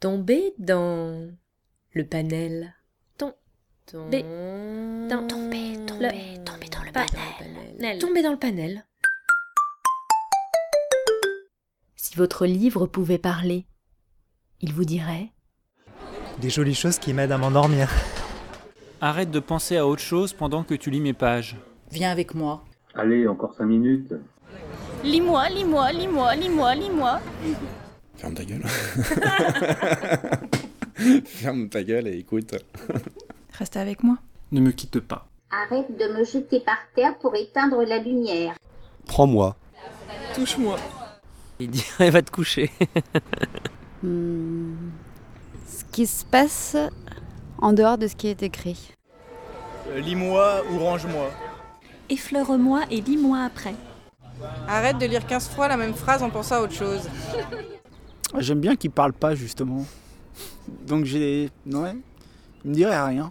tomber dans le panel. Tom- Tomber dans- tomber, tomber, tomber dans le Pas dans panel. le Nel. Tomber dans le panel. Si votre livre pouvait parler, il vous dirait Des jolies choses qui m'aident à m'endormir. Arrête de penser à autre chose pendant que tu lis mes pages. Viens avec moi. Allez, encore 5 minutes. Lis-moi, lis-moi, lis-moi, lis-moi, lis-moi. Ferme ta gueule. Ferme ta gueule et écoute. Reste avec moi. Ne me quitte pas. Arrête de me jeter par terre pour éteindre la lumière. Prends-moi. Touche-moi. Il dirait va te coucher. Hmm. Ce qui se passe en dehors de ce qui est écrit. Lis-moi ou range-moi. Effleure-moi et lis-moi après. Arrête de lire 15 fois la même phrase en pensant à autre chose. J'aime bien qu'il parle pas, justement. Donc j'ai. Ouais. Il me dirait rien.